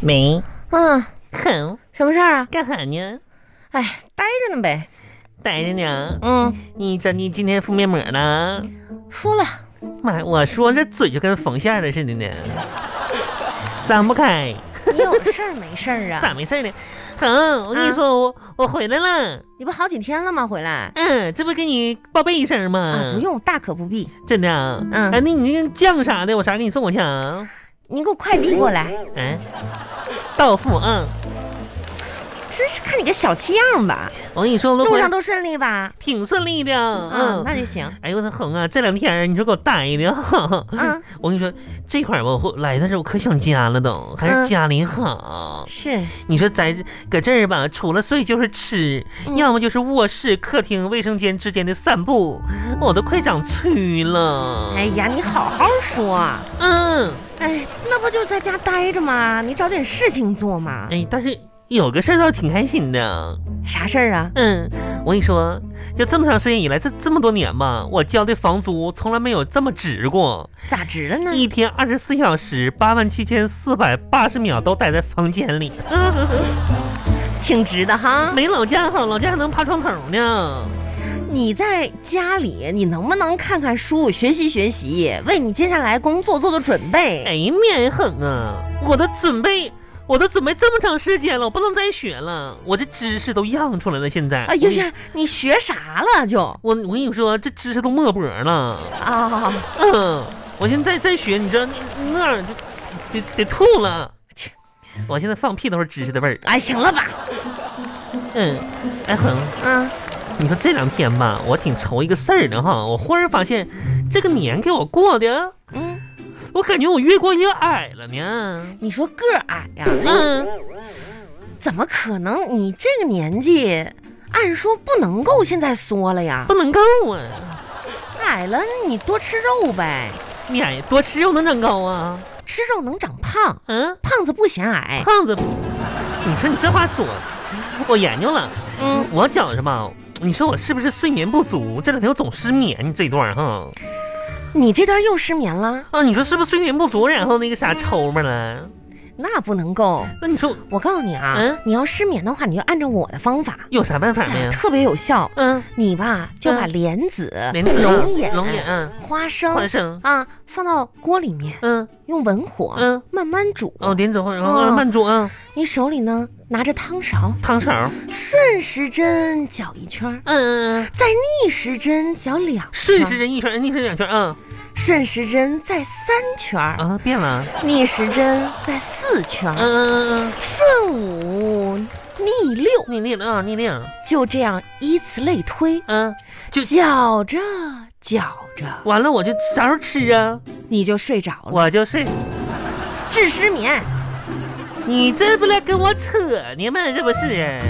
没嗯，哼，什么事儿啊？干啥呢？哎，待着呢呗。呆着呢？嗯，你真的今天敷面膜了？敷了。妈，呀，我说这嘴就跟缝线了似的呢，张不开，你有事儿没事儿啊？ 咋没事呢？哼，我跟你啊说，我我回来了，你不好几天了吗？回来嗯，这不跟你报备一声啊？吗不？用，大可不必。真的啊？嗯哎，那你那个酱啥的，我啥给你送过去啊？你给我快递过来。哎，到付，嗯，真是看你个小气样吧？我跟你说，我路回上来都顺利吧？挺顺利的，啊嗯，。那就行。哎呦我的恒啊，这两天儿你说给我呆 的，嗯我跟你说这块儿吧我回来的时候我可想家了都，还是嗯家里好。是，你说在搁这儿吧，除了睡就是吃，嗯要么就是卧室、客厅、卫生间之间的散步，我都快长蛆了。嗯哎呀，你好好说。啊嗯，哎，那不就在家待着吗？你找点事情做嘛。哎，但是有个事儿倒是挺开心的。啥事儿啊？嗯，我跟你说，就这么长时间以来，这这么多年吧，我交的房租从来没有这么值过，咋值了呢？一天二十四小时，八万七千四百八十秒都待在房间里。嗯挺值的哈。没老家好，老家还能爬窗口呢。你在家里，你能不能看看书，学习学习，为你接下来工作做做准备？哎呀，面狠啊！我都准备，我都准备这么长时间了，我不能再学了，我这知识都漾出来了。现在，哎呀呀，你学啥了就？我我跟你说，这知识都没脖了。啊、嗯，我现在再学，你知道那那样就得得吐了。切我现在放屁都是知识的味儿。哎，行了吧？嗯，哎恒，嗯，你说这两天吧，我挺愁一个事儿的哈。我忽然发现，这个年给我过的，嗯，我感觉我越过越矮了呢。你说个儿矮呀、嗯。怎么可能？你这个年纪，按说不能够现在缩了呀不。能够啊！矮了，你多吃肉呗，你矮多吃肉能长高啊？吃肉能长胖，嗯，胖子不嫌矮。胖子，你说你这话说，我研究了，嗯，我觉着吧，你说我是不是睡眠不足？这两天我总失眠，你这段儿哈你这段又失眠了，啊，你说是不是睡眠不足？然后那个啥抽嘛了？那不能够。那你说我告诉你啊，嗯你要失眠的话，你就按照我的方法，有啥办法没？啊特别有效。嗯，你吧，就把嗯莲子、莲子啊龙眼、龙眼嗯花生花生，啊放到锅里面，嗯，用文火、嗯慢慢煮。哦，莲子花生，哦嗯慢煮啊，你手里呢拿着汤勺，汤勺，顺时针搅一圈儿，嗯嗯嗯，再逆时针搅两圈顺儿，时针一圈，逆时针两圈，嗯顺时针再三圈儿，啊，变了，逆时针再四圈儿，嗯嗯嗯嗯，顺五逆六，逆逆了啊，逆逆了，就这样依次类推，嗯，就搅着搅着完了，我就啥时候吃啊？你就睡着了，我就睡。治失眠。你这不来跟我扯呢吗？这不是，哎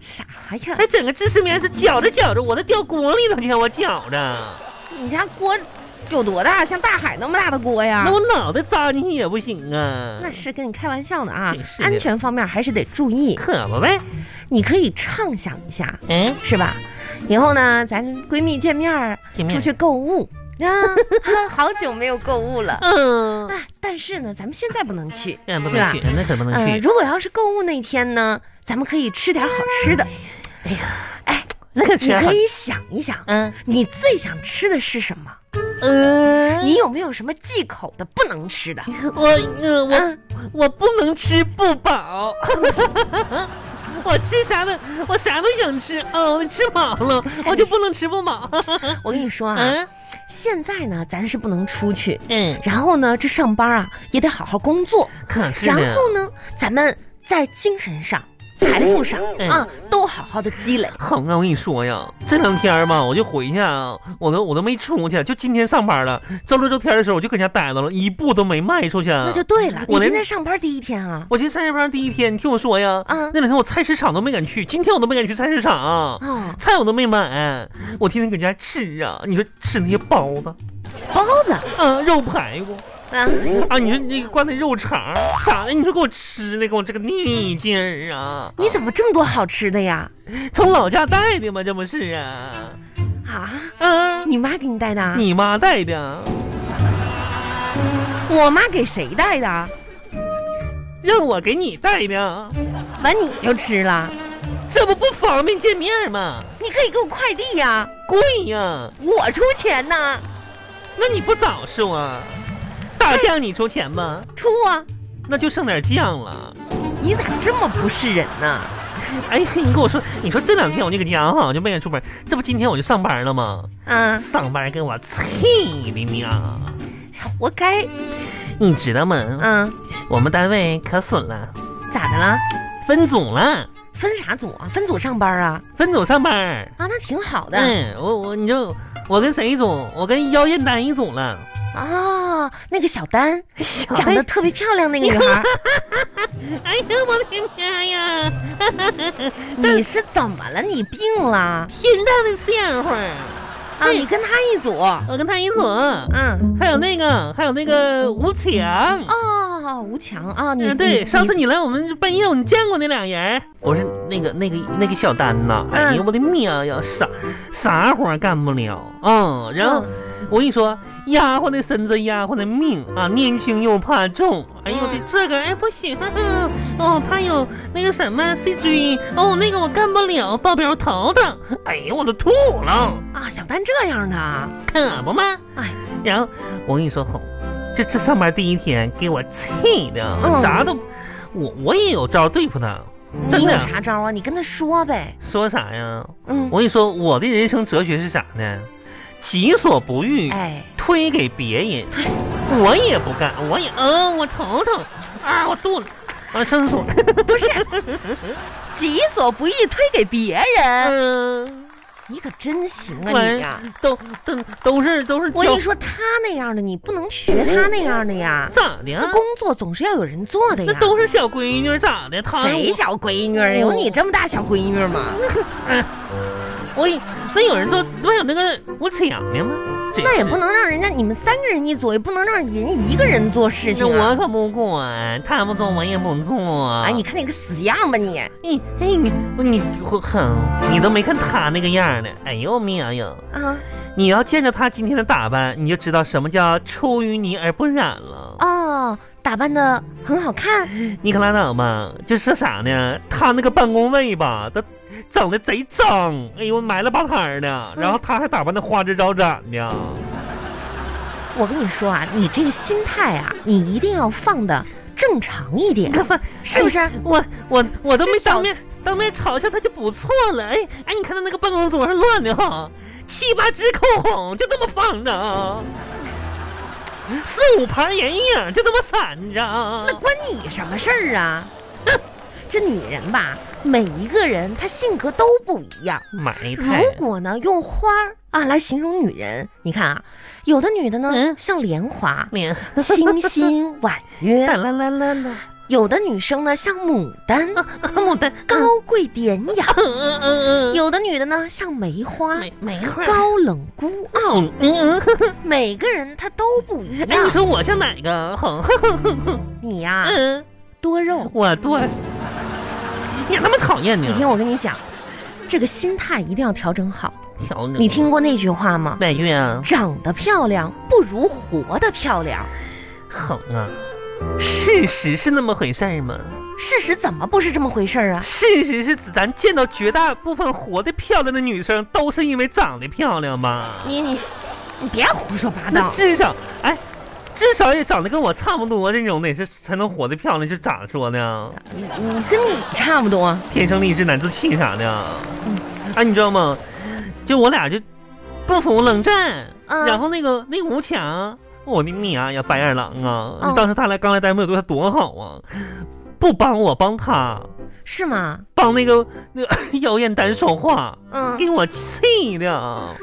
啥呀？还整个知识面这搅着搅着，我都掉锅里头去，我搅着，你家锅有多大？像大海那么大的锅呀那？我脑袋扎进去也不行啊。那是跟你开玩笑呢啊真！是的安全方面还是得 注意。可不呗，你可以畅想一下，嗯，是吧？以后呢，咱闺蜜见面儿，见面出去 购物啊， 好久没有购物了。嗯，啊，但是呢，咱们现在不 能去，那不是吧能去？，那可不能呃，去。如果要是购物那天呢，咱们可以吃点好吃的。那可啊你 吃好可，以想一想，嗯你最想吃的是什么？嗯，你有没有什么忌口的、不能 吃的？我呃我啊，我不能吃不饱， 我吃啥都我啥都想吃啊，我吃饱了我就不能吃不饱。我跟你说啊，嗯现在呢，咱是不能出去，嗯，然后呢，这上班啊也得好好工作，可是然呢后呢，咱们在精神上、财富上嗯啊都好好的积累。恒啊，我跟你说呀，这两天儿吧，我就回去啊，我都我都没出去，就今天上班了。周六周天的时候，我就搁家待着了，一步都没迈出去。啊那就对了，你我连今天上班第一天啊，我今天上班第一天，你听我说呀，啊那两天我菜市场都没敢去，今天我都没敢去菜市场，啊，菜我都没买，我天天搁家吃啊。你说吃那些包子，包子啊，肉排骨，啊，啊，你说那个灌的肉肠啥的，你说给我吃的，给我这个腻劲儿啊！你怎么这么多好吃的呀？从老家带的吗？这不是啊，啊，嗯、你妈给你带的啊？你妈带的啊。我妈给谁带的啊？让我给你带呢，完你就吃了。这不不方便见面吗？你可以给我快递呀、贵呀、我出钱呐，那你不早说啊？大酱你出钱吗？出啊！那就剩点酱了。你咋这么不是人呢？哎，嘿你跟我说，你说这两天我这个家哈、就没敢出门，这不今天我就上班了吗？啊，上班给我气的呀，活该！你知道吗？嗯，我们单位可损了，咋的了？分组了，分啥组啊？分组上班啊？分组上班。啊，那挺好的、嗯，我我你就我跟谁一组？我跟妖艳丹一组了。啊。那个小丹，小 长得特别漂亮那个女孩， 哎呀，我的天呀！你是怎么了？你病了天大的笑话！啊？你跟她一组？我跟他一组，嗯，还有那个，还有那个吴强。哦，吴强啊，你嗯，对，你上次你你来我们半夜，我们见过那俩人。我说那个那个那个小丹呐，哎呀，嗯我的妈呀，啥啥活儿干不了啊、然后我跟你说，丫鬟的身子，丫鬟的命啊，年轻又怕重。哎呦，这这个哎不行， 呵呵哦，怕有那个什么 CG，哦，那个我干不了，报表头疼。哎呦，我都吐了，啊，小丹这样的啊，可不嘛。哎，然后我跟你说，红，这这上班第一天给我气的，嗯啥都，我我也有招对付他。真你的有啥招啊？你跟她说呗。说啥呀？嗯，我跟你说，我的人生哲学是啥呢？己所不欲，哎， 推给别人。我也不干，我也嗯、我头疼啊，我肚子，啊，上厕所。不是，己所不欲，推给别人。嗯，你可真行啊，喂哎你呀、都都都是都是我跟教你说，他那样的你不能学他那样的呀。咋的呀那？工作总是要有人做的那呀。都是小闺女咋的？她谁小闺女儿？有你这么大小闺女吗？我以那有人做不有那个我抢的吗？真那也是不。能让人家你们三个人一组，也不能让人一个人做事情那啊！我可不管，他不做我也不做。哎，你看那个死样吧你！你哎你你我哼，你都没看他那个样儿呢。哎呦妈呀！啊你要见着他今天的打扮，你就知道什么叫出淤泥而不染了。哦，打扮的很好看，你可拉倒吧，就是啥呢？他那个办公位吧，他整的贼脏，哎呦埋了吧摊儿的，嗯然后他还打扮的花枝招展的。我跟你说啊，你这个心态啊，你一定要放的正常一点你，看，是不是？我我我都没哎这小当面当面嘲笑他就不错了。哎哎，你看他那个办公桌上乱的哈，七八支口红就这么放着啊，四五盘眼影就这么散着啊。 那关你什么事儿啊？ 这女人吧，每一个人她性格都不一样。埋如汰。果呢，用花儿啊来形容女人，你看啊，有的女的呢、嗯，像莲花 脸清新婉 约啦； 啦啦啦啦，有的女生呢像牡 丹，啊牡丹高贵典雅；嗯嗯嗯，有的女的呢像梅花，梅梅花儿高冷孤傲。嗯嗯嗯，每个人她都不一哎，样你。说我像哪个？哼哼哼哼哼，你呀、嗯，多肉。 我多，你咋那么讨厌呢你？听我跟你讲，这个心态一定要调整好。调整你听过那句话吗？白月啊，长得漂亮不如活得漂亮。哼啊，事实是那么回事儿吗？事实怎么不是这么回事儿啊？事实是指咱见到绝大部分活得漂亮的女生，都是因为长得漂亮吗？你你你别胡说八那道！至少，哎，至少也长得跟我差不多这种的，是才能活得漂亮，就咋说呢？你你跟你差不多，天生丽质难自弃啥的。嗯哎，你知道吗？就我俩就不服冷战，嗯然后那个那个吴强，我的妈呀，白眼狼啊！嗯当时他来刚来单位，我对他多好啊，不帮我帮他，是吗？帮那个那个 妖艳丹说话，嗯，给我气的，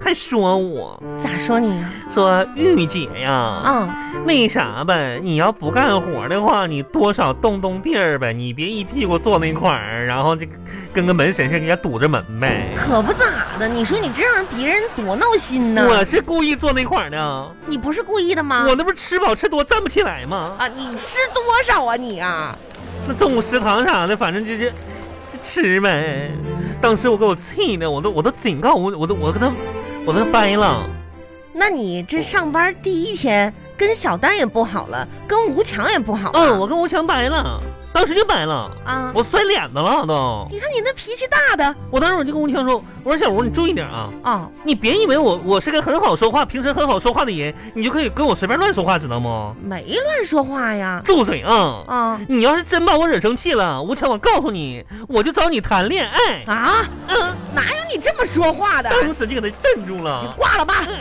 还说我咋说你啊？说玉姐呀，啊、那啥呗，你要不干活的话，你多少动动地儿呗，你别一屁股坐那块儿，然后就跟个门神似的，给人家堵着门呗。可不咋的。你说你这样别人多闹心呢？我是故意坐那块儿的，你不是故意的吗我？那不是吃饱吃多站不起来吗？啊，你吃多少啊你啊？那中午食堂啥的，反正就是就吃呗。当时我给我气的，我都我都警告我我都我跟他我跟他掰了，那你这上班第一天跟小丹也不好了，跟吴强也不好了。嗯，我跟吴强掰了，当时就掰了，啊，我摔脸子了都。你看你那脾气大的我当时我就跟吴强说，我说小吴你注意点啊，哦，你别以为我我是个很好说话、平时很好说话的人，你就可以跟我随便乱说话，知道吗？没乱说话呀。住嘴啊！啊你要是真把我惹生气了，吴强，我告诉你，我就找你谈恋爱。啊，嗯，哪有你这么说话的？当时就给他镇住你了。挂了吧。嗯